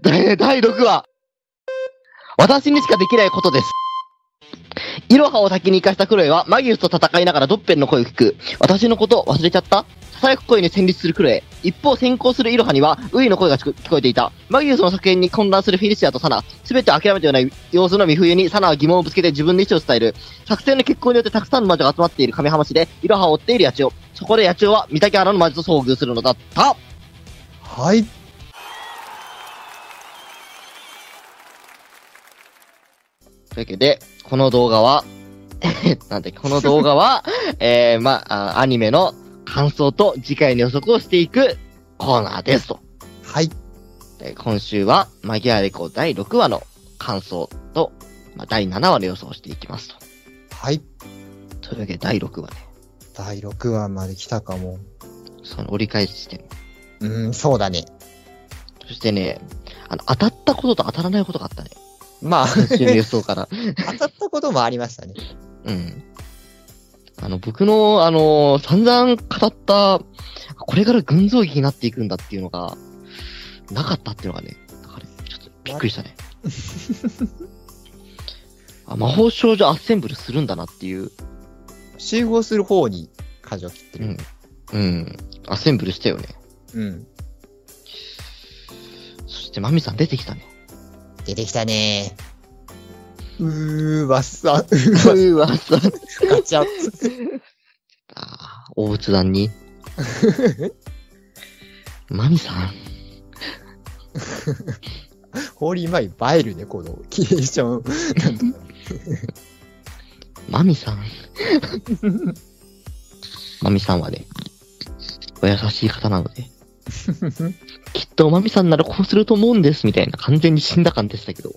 ね、 第6話。私にしかできないことです。イロハを先に生かしたクロエは、マギウスと戦いながらドッペンの声を聞く。私のこと忘れちゃった囁く声に戦慄するクロエ。一方、先行するイロハには、ウイの声が聞こえていた。マギウスの作品に混乱するフィリシアとサナ。すべてを諦めてない様子の美冬にサナは疑問をぶつけて自分の意思を伝える。作戦の決行によってたくさんの魔女が集まっている神浜市で、イロハを追っている野鳥。そこで野鳥は、三竹花の魔女と遭遇するのだった。はい。というわけで、この動画は、 なんだっけ、この動画は、 えー、まあ、あアニメの感想と次回の予測をしていくコーナーですと。はい。えー今週は、マギアレコ第6話の感想と、まあ、第7話の予想をしていきますと。はい。というわけで、第6話ね。第6話まで来たかも。その折り返し地点。うん、そうだね。そしてね、あの、当たったことと当たらないことがあったね。まあ、今週の予想から。当たったこともありましたね。うん。あの、僕の、あの散々語った、これから群像劇になっていくんだっていうのが、なかったっていうのがね、だからちょっとびっくりしたね。あ魔法少女アッセンブルするんだなっていう。集合する方に舵を切ってうるん。。うん。アッセンブルしたよね。うん。そして、マミさん出てきたね。出てきたねうーわっさ、うーそわういう噂。っガチャ。ああ、大仏壇に。マミさん。ホーリーマイ映えるね、このキレーション。マミさん。マミさんはね、お優しい方なので、きっとマミさんならこうすると思うんです、みたいな、完全に死んだ感でしたけど。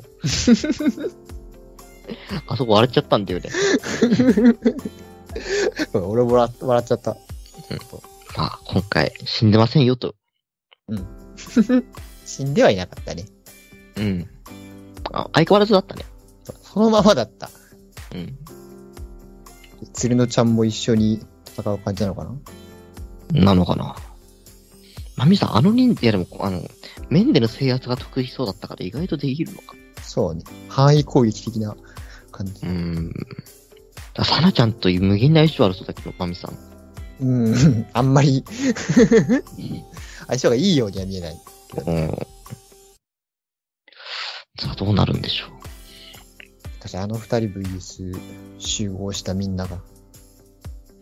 あそこ笑っちゃったんだよね。 俺もら笑っちゃった。まあ、今回、死んでませんよと。死んではいなかったね。うん。あ相変わらずだったね。そうそのままだった。うん。鶴のちゃんも一緒に戦う感じなのかななのかな。マミさん、あの人数よりも、あの、面での制圧が得意そうだったから意外とできるのか。そうね。範囲攻撃的な感じう。ーん。だサナちゃんという無限な相性あるそうだけど、マミさん。うん、あんまり相性がいいようには見えない。うん。さあ、どうなるんでしょ確かにあの二人 VS 集合したみんなが。う。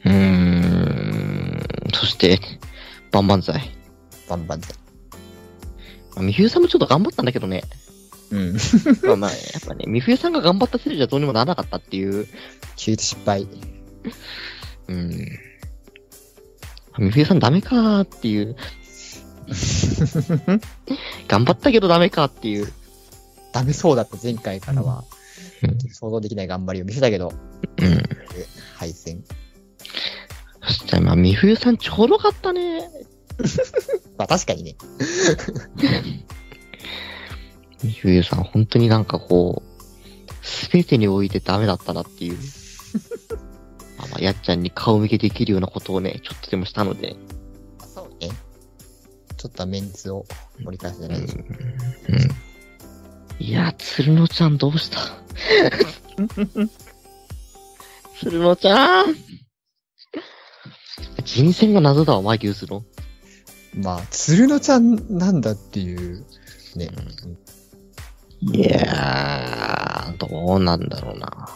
うーん。そして、バンバンザイ。バンバンで。まあ、みふゆさんもちょっと頑張ったんだけどね。うん。まあまあ、やっぱね、みふゆさんが頑張ったせいじゃどうにもならなかったっていう。消えて失敗。うん。みふゆさんダメかーっていう。頑張ったけどダメかっていう。ダメそうだった前回からは。うん想像できない頑張りを見せたけど、うん。敗戦。そして、まあ、みふゆさんちょろかったね。まあ確かにね。みふゆさん、本当になんかこう、すべてにおいてダメだったなって いう。まあまあ、やっちゃんに顔向けできるようなことをね、ちょっとでもしたので。そうね。ちょっとはメンツを盛り返すじゃうん。なういんでしょう。。いや、つるのちゃんどうした つるのちゃん人選が謎だわ、マギウスの。まあ、鶴のちゃんなんだっていう。ね。いやー、どうなんだろうな。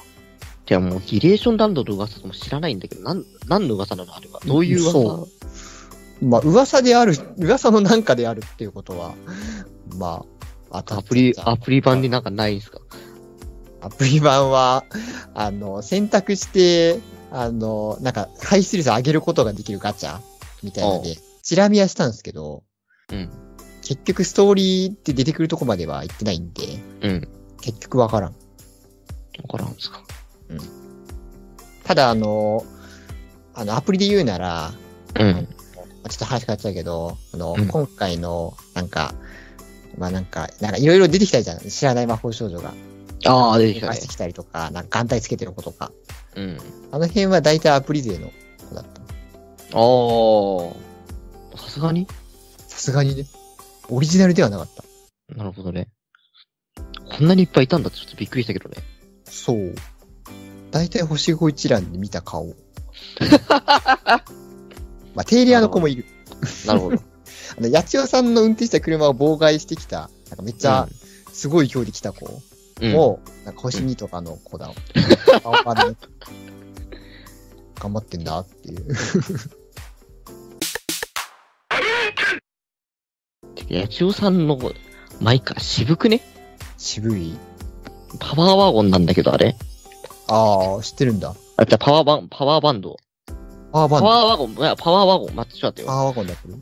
じゃあもう、ギレーションランドの噂とかも知らないんだけど、なん、何の噂なのあれは。どういう噂そまあ、噂である、噂のなんかであるっていうことは、まあ、当アたっプリち、ゃったアプリ版でなんかないんすかアプリ版は、あの、選択して、あの、なんか、回数率上げることができるガチャみたいなので、チラ見はしたんですけど、うん。結局ストーリーって出てくるとこまでは行ってないんで、うん。結局わからん。わからんすかただ、あの、あの、アプリで言うなら、うん。ちょっと話変わっちゃうけど、あの、うん今回の、なんか、まあなんか、なんかいろいろ出てきたじゃん。知らない魔法少女が。ああ、出てきた出ねして。きたりとか、なんか眼帯つけてる子とか。うん。あの辺は大体アプリ勢の子だった。ああ。さすがにさすがにね、オリジナルではなかった。なるほどね。そんなにいっぱいいたんだってちょっとびっくりしたけどね。そう。大体星5一覧で見た顔。 まあ、テイリアの子もいる。なるほ ど。あの、八千代さんの運転した車を妨害してきた、なんかめっちゃすごい勢いで来た子うん、も、なんか星2とかの 子だ。顔がね頑張ってんだっていう。八千代さんのマイカー渋くね渋い。パワーワゴンなんだけど、あれああ、知ってるんだ。あ、じゃあパワーバン、パワーバンド。パワーパバンド。ワーワゴン、いやパワーワゴン、待って、ちょっと待ってパよ。ワーワゴンだけど。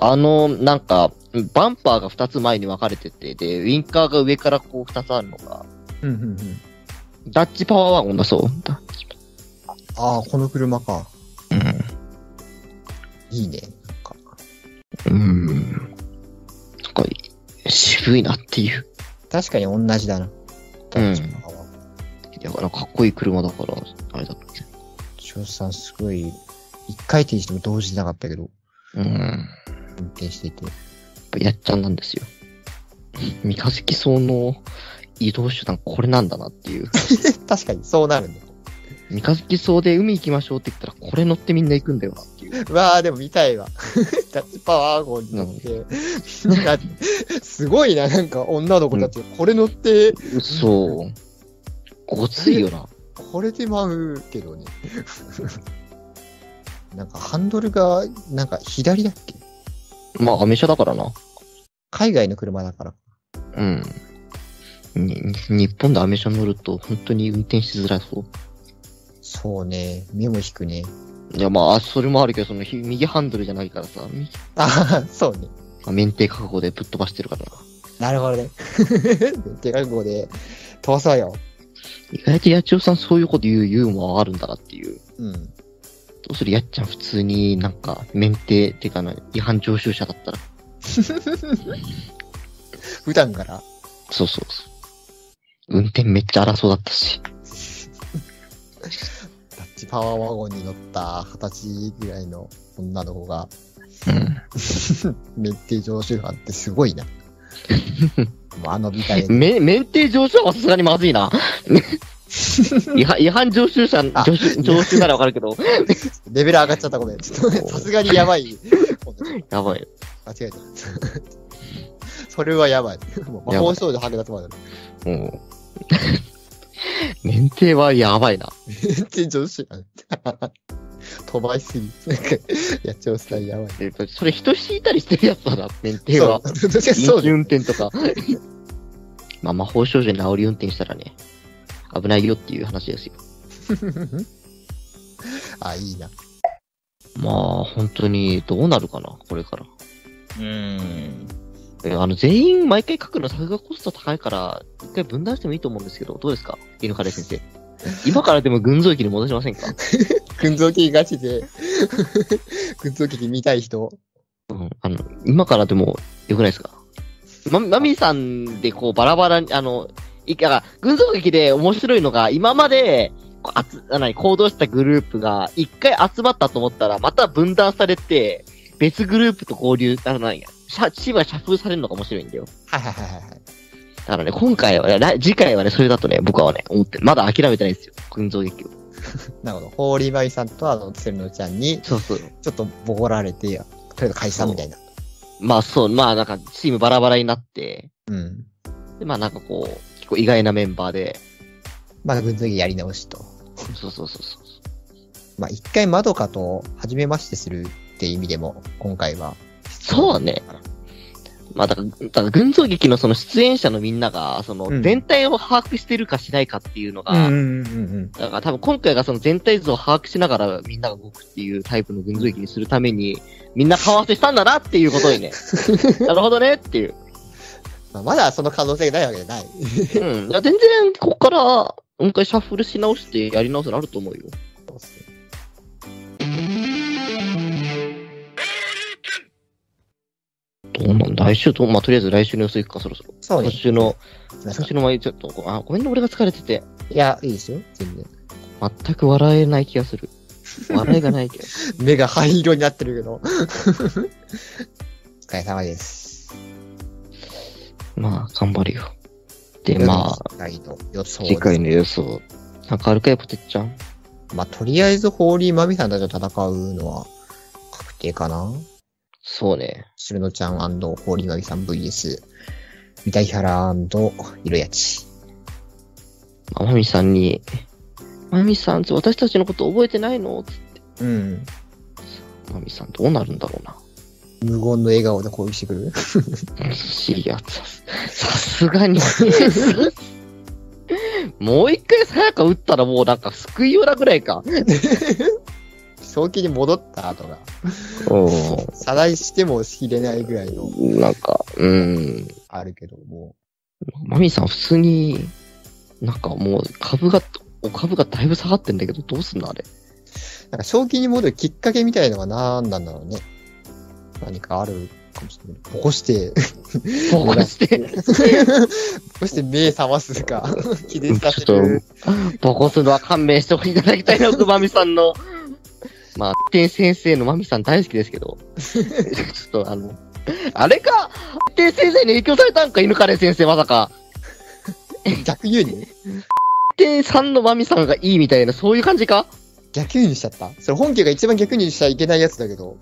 あの、なんか、バンパーが2つ前に分かれてて、で、ウィンカーが上からこう2つあるのが、うんうんうん。ダッチパワーワゴンだそう。ダッチああ、この車か。いいね。なんかうん。うん。なんか、渋いなっていう。確かに同じだな。うんパワーワゴンだからかっこいい車だから、あれだったけど。翔さんすごい、一回転しても動じてなかったけど、うん。やっ運転してて。ぱやっちゃんなんですよ。 三日月荘の移動手段これなんだなっていう。 確かに、そうなるんだ。三日月荘で海行きましょうって言ったら、これ乗ってみんな行くんだよなっていう。うわあ、でも見たいわ。 ダッチパワーゴンに乗って、みんな、すごいな、なんか女の子たち、これ乗って、そう。ごついよな。これで舞うけどね。 なんかハンドルが、なんか左だっけまあ、アメ車だからな。海外の車だから。うん。にに日本でアメ車乗ると、本当に運転しづらそそうね、目も引くね。 う。いや、まああ、それもあるけど、その、ひ右ハンドルじゃないからさ、みああ、そうね。まあ、免停覚悟でぶっ飛ばしてるからな。なるほどね。手覚悟 で、飛ばそうよ。意外と八千代さんそういうこと言うユーモアあるんだなっていう。うん。どうするやっちゃん普通になんか、免停ってかな、違反常習者だったら。普段からそうそうそう。運転めっちゃ荒そうだったし。ダッチパワーワゴンに乗った二十歳ぐらいの女の子が、うん。 めっちゃ常習犯ってすごいな。もうあのみた いに。め、免停常習はさすがにまずいな。違反、違反常習者、あ常習、常習ならわかるけど。レベル上がっちゃった、ごめん。ちょっとねさすがにやばい。やばい。間違えた。それはやばい。もう魔法少女剥奪まで。もう。 免停はやばいな。めっちゃ常習犯。 飛ばしすぎ。なんか、やっちゃうスタイルやばい。えっとそれ人敷いたりしてるやつだな、免停は。そう。確 かに飲そうだ酒よ運転とか。まあ、魔法少女に煽り運転したらね、危ないよっていう話ですよ。 あ、いいな。まあ、本当に、どうなるかな、これから。うん。えあの、全員毎回書くの作画コスト高いから、一回分断してもいいと思うんですけど、どうですか犬カレー先生。今からでも群像劇に戻しませんか群像劇ガチで、 群像劇見たい人。うん。あの、今からでも良くないですかま、マミさんでこうバラバラに、あの、いだから、群像劇で面白いのが、今まで、こうあつ、あなに、行動したグループが、一回集まったと思ったら、また分断されて、別グループと合流、あの、なんや、シャ、チームがシャッフルされるのが面白いんだよ。はいはいはいはいはい。だからね、今回はね、来次回はね、それだとね、僕はね、思ってる、まだ諦めてないですよ、群像劇を。なるほど。ホーリーマイさんとあの、つるのちゃんに、そうそう。ちょっとボコられて、とりあえず解散みたいな。まあそう、まあなんか、チームバラバラになって、うん。で、まあなんかこう、結構意外なメンバーで、まあ、群像劇やり直しと。そうそうそうそう。まあ、一回まどかと、初めましてするって意味でも、今回は。そうだね。まあだから、だから群像劇のその出演者のみんなが、そうんの全体を把握してるかしないかっていうのが、うんうんだから多分今回がその全体像を把握しながらみんなが動くっていうタイプの群像劇にするために、みんな顔合わせしたんだなっていうことに ね、なるほどねっていう。まあ、まだその可能性がないわけじゃない。うん。いや、全然、ここから、もう一回シャッフルし直してやり直すのあると思うよ。どうなんだ来週と、まあ、とりあえず来週の予想いくか、そろそろ。そう今ね。週の、な今んか週の前、ちょっと、あ、ごめんね、俺が疲れてて。いや、いいですよ。全然。全く笑えない気がする。笑いがないけど。目が灰色になってるけど。お 疲れ様です。 まあ、頑張るよ。で、まあ、世界の予想です次回の予想。なんかあるかい、ポテッちゃん。まあ、とりあえず、ホーリーマミさんたちと戦うのは確定かな。そうね。しるのちゃんホーリーマミさん VS、三田井原いろやち。まあまみさんに、まみさん、ちょ私たちのこと覚えてないのつってうん。まみさんどうなるんだろうな。無言の笑顔で攻撃してくる。シリアさす、さすが に。もう一回さやか打ったらもうなんか救いようなぐらいか。早期に戻った後が、うさらいしても入れないぐらいのん。なんか、うん。あるけど、もマミさん普通に、なんかもう株が、お株がだいぶ下がってんだけど、どうすんのあれ。う、なんか正気に戻るきっかけみたいのは何なんだろうね。何かあるかもしれない。起こ して、起そうなんかして、こして目覚ますか、 気絶させちょっとる。ボコするのは勘弁しておいていただきたいな、僕、マミさんの。まあ、天先生のマミさん大好きですけど。ちょっとあの、あれか天先生に影響されたんか、犬カレー先生、まさか。逆輸入天さんのマミさんがいいみたいな、そういう感じか逆輸入しちゃったそれ本家が一番逆輸入しちゃいけないやつだけど、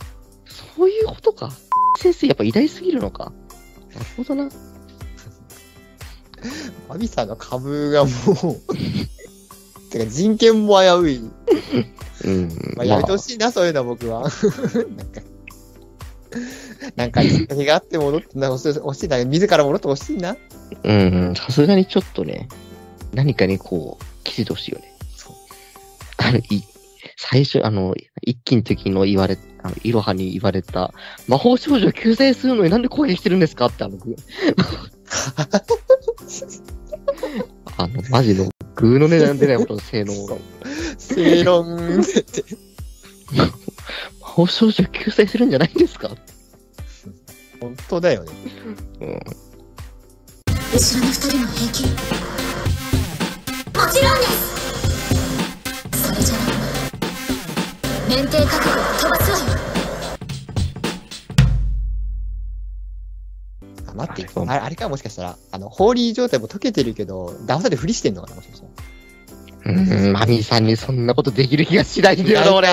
そういうことか。先生、やっぱ偉大すぎるのか。なるほどな。マビさんの株がもう、 てか人権も危うい。うん。まあ、やめてほしいな、そういうのは僕は。 なんか、なんか、きっかけがあって戻ってなほしいほしいな、自ら戻ってほしいな。うんうん、さすがにちょっとね、何かにこう、気づいてほしいよね。そうあの、い、最初、あの、一気の時の言われ、あの、いろはに言われた、魔法少女を救済するのになんで攻撃してるんですかって、あの、ぐあの、マジの、グーの値段出ないほどの性能 そがう。正論って。魔法少女を救済するんじゃないんですか本当だよね。うん。後ろの二人も平気もちろんですそれじゃな免停覚悟を飛ばすわよあ、待ってあ、れああれか、もしかしたら、あの、ホーリー状態も溶けてるけど、騙されふりしてんのかな、もしかしたら。うん、マミさんにそんなことできる気がしないんだよな、俺。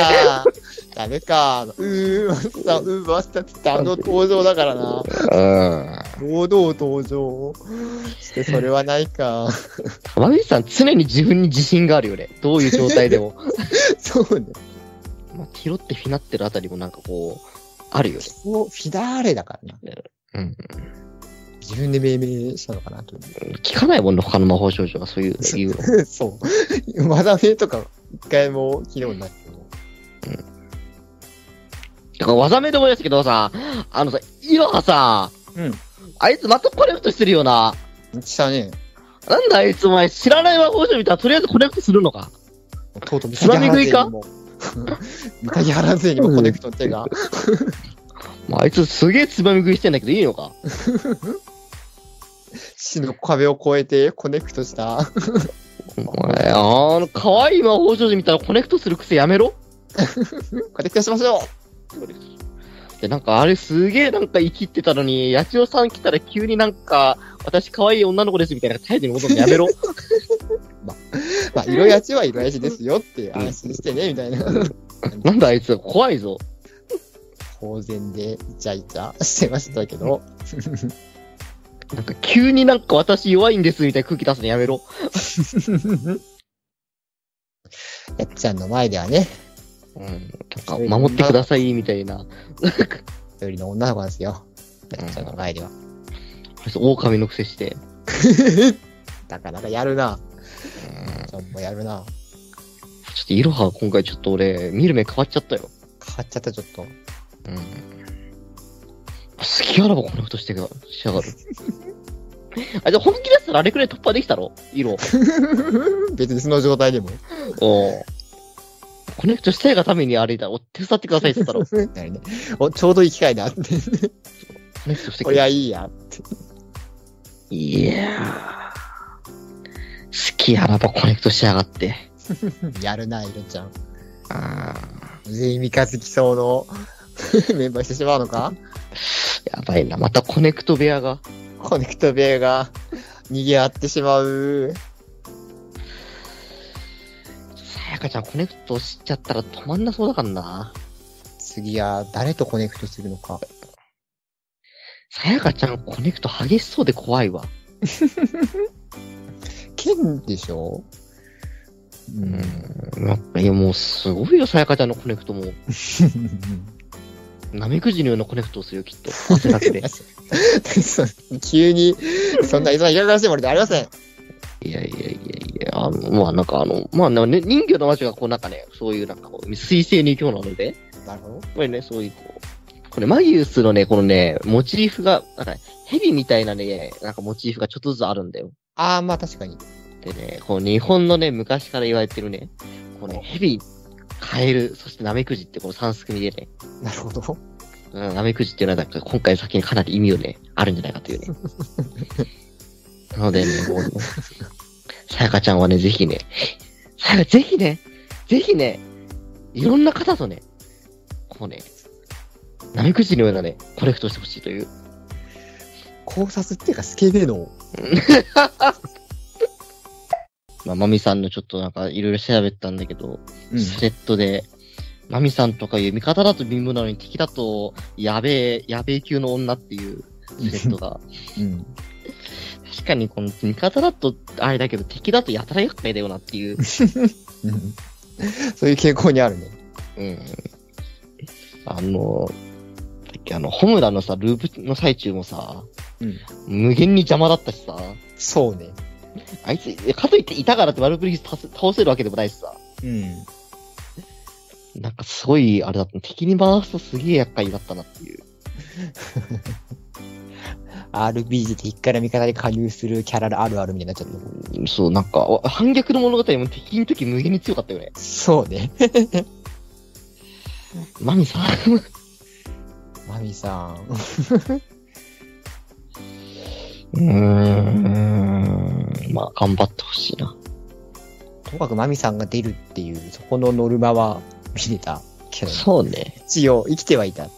ダメか。うー、マスター、うー、マスターって言ってあの登場だからな。うん。堂々登場して、それはないか。マミさん常に自分に自信があるよね。どういう状態でも。 そうね。まあ、ティロってひなってるあたりもなんかこう、あるよね。そう、フィダーレだからな。うん。自分で命名したのかなと。 聞かないもんね、他の魔法少女はそういう理由を。そう。マダメとか、一回も聞いたことないけど。だから技目でもいいですけどさ、あのさ、イロハさ、うん。あいつまたコネクトしてるよな。したね。なんだあいつお前、知らない魔法少女見たらとりあえずコネクトするのか。とうとう、つまみ食いか三谷原勢にもコネクトの手が。まあ、あいつすげえつまみ食いしてんだけどいいのか。死の壁を越えてコネクト した。お前、あの、可愛い魔法少女見たらコネクトする癖やめろ。コネクトしましょうで、なんかあれすげえなんか生きってたのに、八千代さん来たら急になんか、私可愛い女の子ですみたいな態度に戻るのやめろ。まあ、色やちは色やちですよって安心してね、みたいな。なんだあいつ、怖いぞ。公然でイチャイチャ してましたけど。なんか急になんか私弱いんですみたいな空気出すのやめろ。やっちゃんの前ではね、うん。なんか守ってくださいみたいな。一人の女の子なんですよ。やっちゃんの前では。あいつ狼の癖して。なかなかやるな。うん。ちょんもやるな。ちょっとイロハ今回ちょっと俺、見る目変わっちゃったよ。変わっちゃった、ちょっと。うん。好きあらばこんなことしてが、しやがる。 あ、じゃあ本気出したらあれくらい突破できたろ 色。別にその状態で も。おうコネクトしたいがためにあれだ。お手伝ってくださいって言ったろ。コなるねお、ちょうどいい機会だって。 ネクトしてこくりゃれ。いいや。いやー。好きあらばコネクトしやがって。やるな、いろちゃん。あー。全員三日月層の メンバーしてしまうのかやばいな、またコネクト部屋が。コネクト部屋が逃げ合ってしまう。さやかちゃんコネクトしちゃったら止まんなそうだからな。次は誰とコネクトするのか。さやかちゃんコネクト激しそうで怖いわ。剣でしょう。うんん。いやもうすごいよ、さやかちゃんのコネクトも。ナメクジのようなコネクトをするよ、きっと。汗だけで。 急に、そんな、そんな嫌がらせもありません。いやいやいやいや、あの、まあなんかあの、まあね、人魚の魔女がこうなんかね、そういうなんかこう、水性に今日なので、やだろっぱりね、そういうこう、これマギウスのね、このね、モチーフが、なんか、ね、蛇みたいなね、なんかモチーフがちょっとずつあるんだよ。ああ、まあ確かに。でね、こう日本のね、昔から言われてるね、こうね、蛇、カエル、そしてナメクジってこの三すくみでね、なるほど。うん、ナメクジっていうのはなんか今回の先にかなり意味をね、あるんじゃないかというね。なのでね、もうね、さやかちゃんはね、ぜひね、さやか、ぜひね、ぜひね、いろんな方とね、こうね、ナメクジのようなね、コレクトをしてほしいという。考察っていうか、スケベの。まあ、まみさんのちょっとなんかいろいろ調べたんだけど、うんスレッドで、マミさんとかいう味方だと貧乏なのに敵だとやべえ、やべえ級の女っていうスレッド が。うん。確かにこの味方だとあれだけど敵だとやたら厄介だよなって いう。うん。そういう傾向にあるね。うん。あの、さっきあの、ホムラのさ、ループの最中もさ、うん。無限に邪魔だったしさ、そうね。あいつ、かといっていたからって悪プリス倒せ倒せるわけでもないしさ、うん。なんかすごいあれだった、敵に回すとすげえ厄介だったなっていう。 RPG 敵から味方に加入するキャラあるあるみたいになっちゃってる。そう、なんか、わ反逆の物語も敵の時無限に強かったよね。そうね。マミさん。マミさん。うーん。まあ、頑張ってほしいな。ともかくマミさんが出るっていう、そこのノルマは見れたけど、そうね。一応生きてはいた。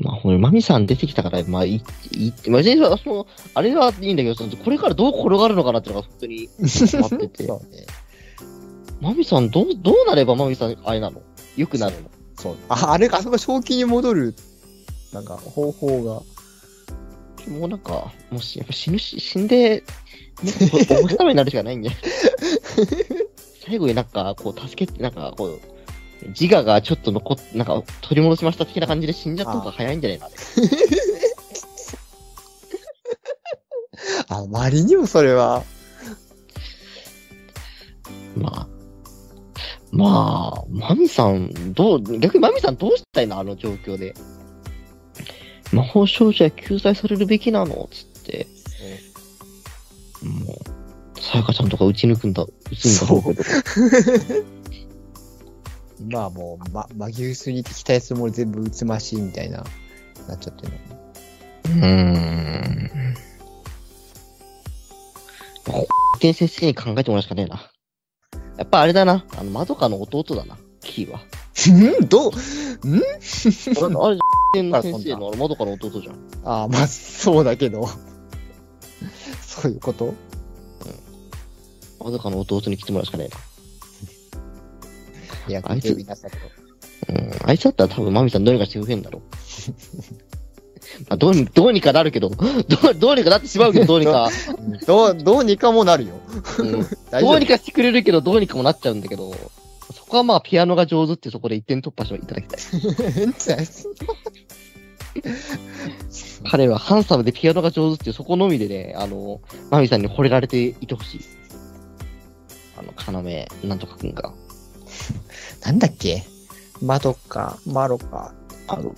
まあ、ほら、マミさん出てきたから、まあ、いい、いまあ、全然、その、あれはいいんだけど、そのこれからどう転がるのかなっていうのが、本当に、待ってて。 そうね。マミさん、どう、どうなればマミさん、あれなの良くなるのそう。あ、あれか、あそこ正気に戻る、なんか方法が。もうなんか、もし、やっぱ死ぬし、死んで、ね、おお星様になるしかないん じゃない最後になんか、こう、助けて、なんか、こう、自我がちょっと残っ、なんか、取り戻しました的な感じで死んじゃった方が早いんじゃないのあれ あまりにもそれは。まあ。まあ、マミさん、どう、逆にマミさんどうしたいのあの状況で。魔法少女は救済されるべきなのつって。もう、さやかちゃんとか打ち抜くんだ、打つんだろうけど。今はもう、ま、マギウスに敵対するもの全部撃つましみたいな、なっちゃってるの。うーん。天先生に考えてもらうしかねえな。やっぱあれだな。あの、まどかの弟だな。キーは。んどうあれ、天あのそんな先生のまどかの弟じゃん。 ああ、まあ、そうだけど。そういうことまどかの弟に来てもらうしかねえな。いや、あいつ手を出したけど。うんあいつだったら多分マミさんどうにかしてくれんだろう。まあ、どうに、どうにかなるけど、どう、どうにかなってしまうけど、どうにか、うんどう、どうにかもなるよ。うん大ど丈う夫 に。かしてくれるけど、どうにかもなっちゃうんだけど、そこはまあ、ピアノが上手ってところで一点突破していただきたい。彼はハンサムでピアノが上手っていう、そこのみでね、あの、マミさんに惚れられていてほしい。あの、要、なんとかくんが。なんだっけマドか、マロか。あの、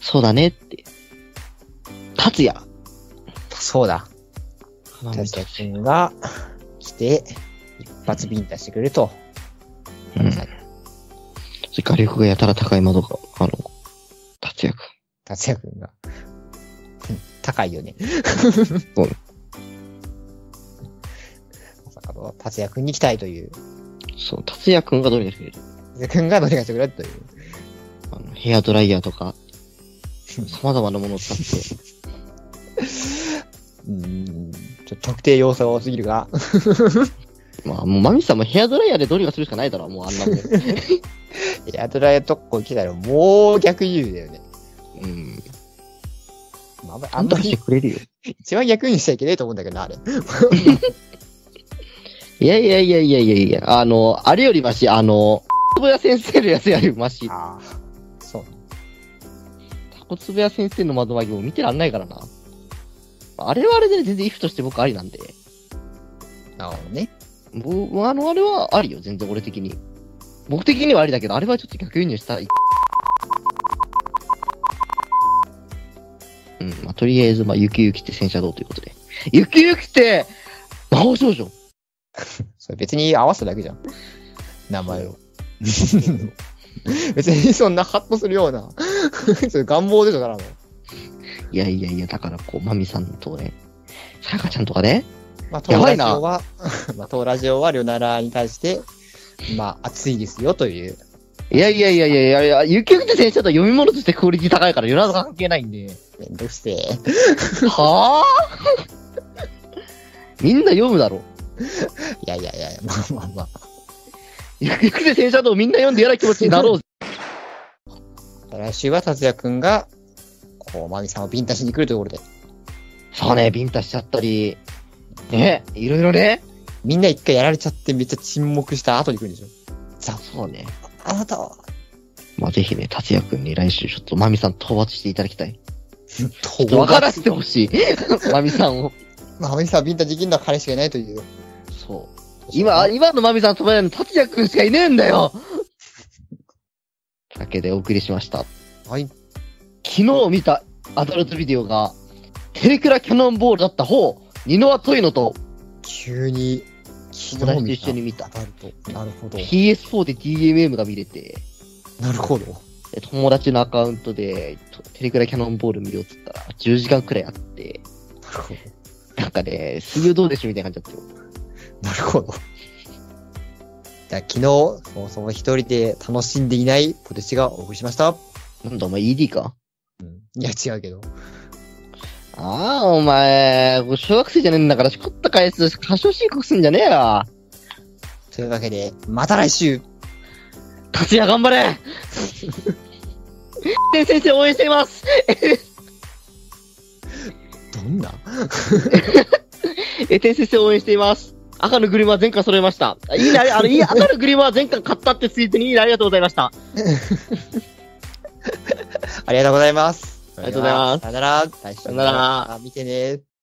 そうだねって。達也。そうだ。要タ達チ君が来て、一発ビンタしてくれると。也。うん。それ火力がやたら高い窓か、あの、達也くん。達也君が。うん高いよ ね。うんまさかの達也君に来たいという。そう、達也くんがどれに増える達也君がどれがしてくれるという。あの、ヘア ドライヤーとか、様々なものを使って、うん、ちょっと特定要素が多すぎるが。 まあ、もう、マミさんもヘアドライヤーでどうにかするしかないだろう、もうあん なもん。エアドライとこ行けたら、もう逆輸入だよね。うん。まああんまなあんんとまかしてり、くれるよ。一番逆輸入しちゃいけないと思うんだけどな、あれ。いやいやいやいやいやいや、あの、あれよりマシ、あの、タコつぶや先生のやつよりマシ。ああ。そう。タコつぶや先生の窓巻きも見てらんないからな。あれはあれで全然イフとして僕ありなんで。なるほどね。僕、あの、あれはありよ、全然俺的に。僕的にはありだけど、あれはちょっと逆輸入したい。うん、まあ、とりあえず、まあ、ゆきゆきって戦車道ということで。ゆきゆきって、魔法少女それ別に合わせただけじゃん。名前を。 別にそんなハッとするような、 それ願望でしょ、ただの。いやいやいや、だからこう、マミさんとね、さやかちゃんとかね、まあ、や当ばラいジなオは、 まあ、当ラジオはリョナラに対して、まあ、熱いですよという。いやいやいやいやいやいや、ゆきゆきって戦車道は読み物としてクオリティ高いから、夜中関係ないんで。めんどくせえ。はぁみんな読むだろ。いやいやいや、まあまあまあ。ゆきゆきって戦車道をみんな読んで嫌な気持ちになろうぜ。来週は達也くんが、こう、まみさんをビンタしに来るということで、そうね、ビンタしちゃったり、ね、いろいろね。みんな一回やられちゃってめっちゃ沈黙した後に来るんでしょ。そうね。あなた は、まあ、ぜひね、達也くんに来週ちょっとマミさん討伐していただきたい。と分からせてほしい。マミさんを。まみさんをビンタできるのは彼しかいないという。そう。今、今のマミさんとまの達也くんしかいねえんだよだけでお送りしました。はい。昨日見たアダルトビデオが、テレクラキャノンボールだった方、ニノアトイノと急に、昨私日と見一た緒。に見た。なるとなるほど。 PS4 で DMM が見れて、なるほど。で友達のアカウントで、とテレクラキャノンボール見ようっつったら、10時間くらいあって、なるほど。なんかね、すぐどうでしょみたいな感じだったよ。なるほど。じゃあ昨日、そもそも一人で楽しんでいないポテチがお送りしました。なんだお前 ED かうん。いや、違うけど。ああ、お前、小学生じゃねえんだから、しこった回数、過小申告すんじゃねえよ。というわけで、また来週達也頑張れ 先生応援していますどんなえ、天先生応援しています。赤のグリマー全巻揃えました。あいいね、あれあの、いい、赤のグリマー全巻買ったってツイートにいいね、ありがとうございました。ありがとうございます。ありがとうございますさよなら。来週もさよならまた見てね。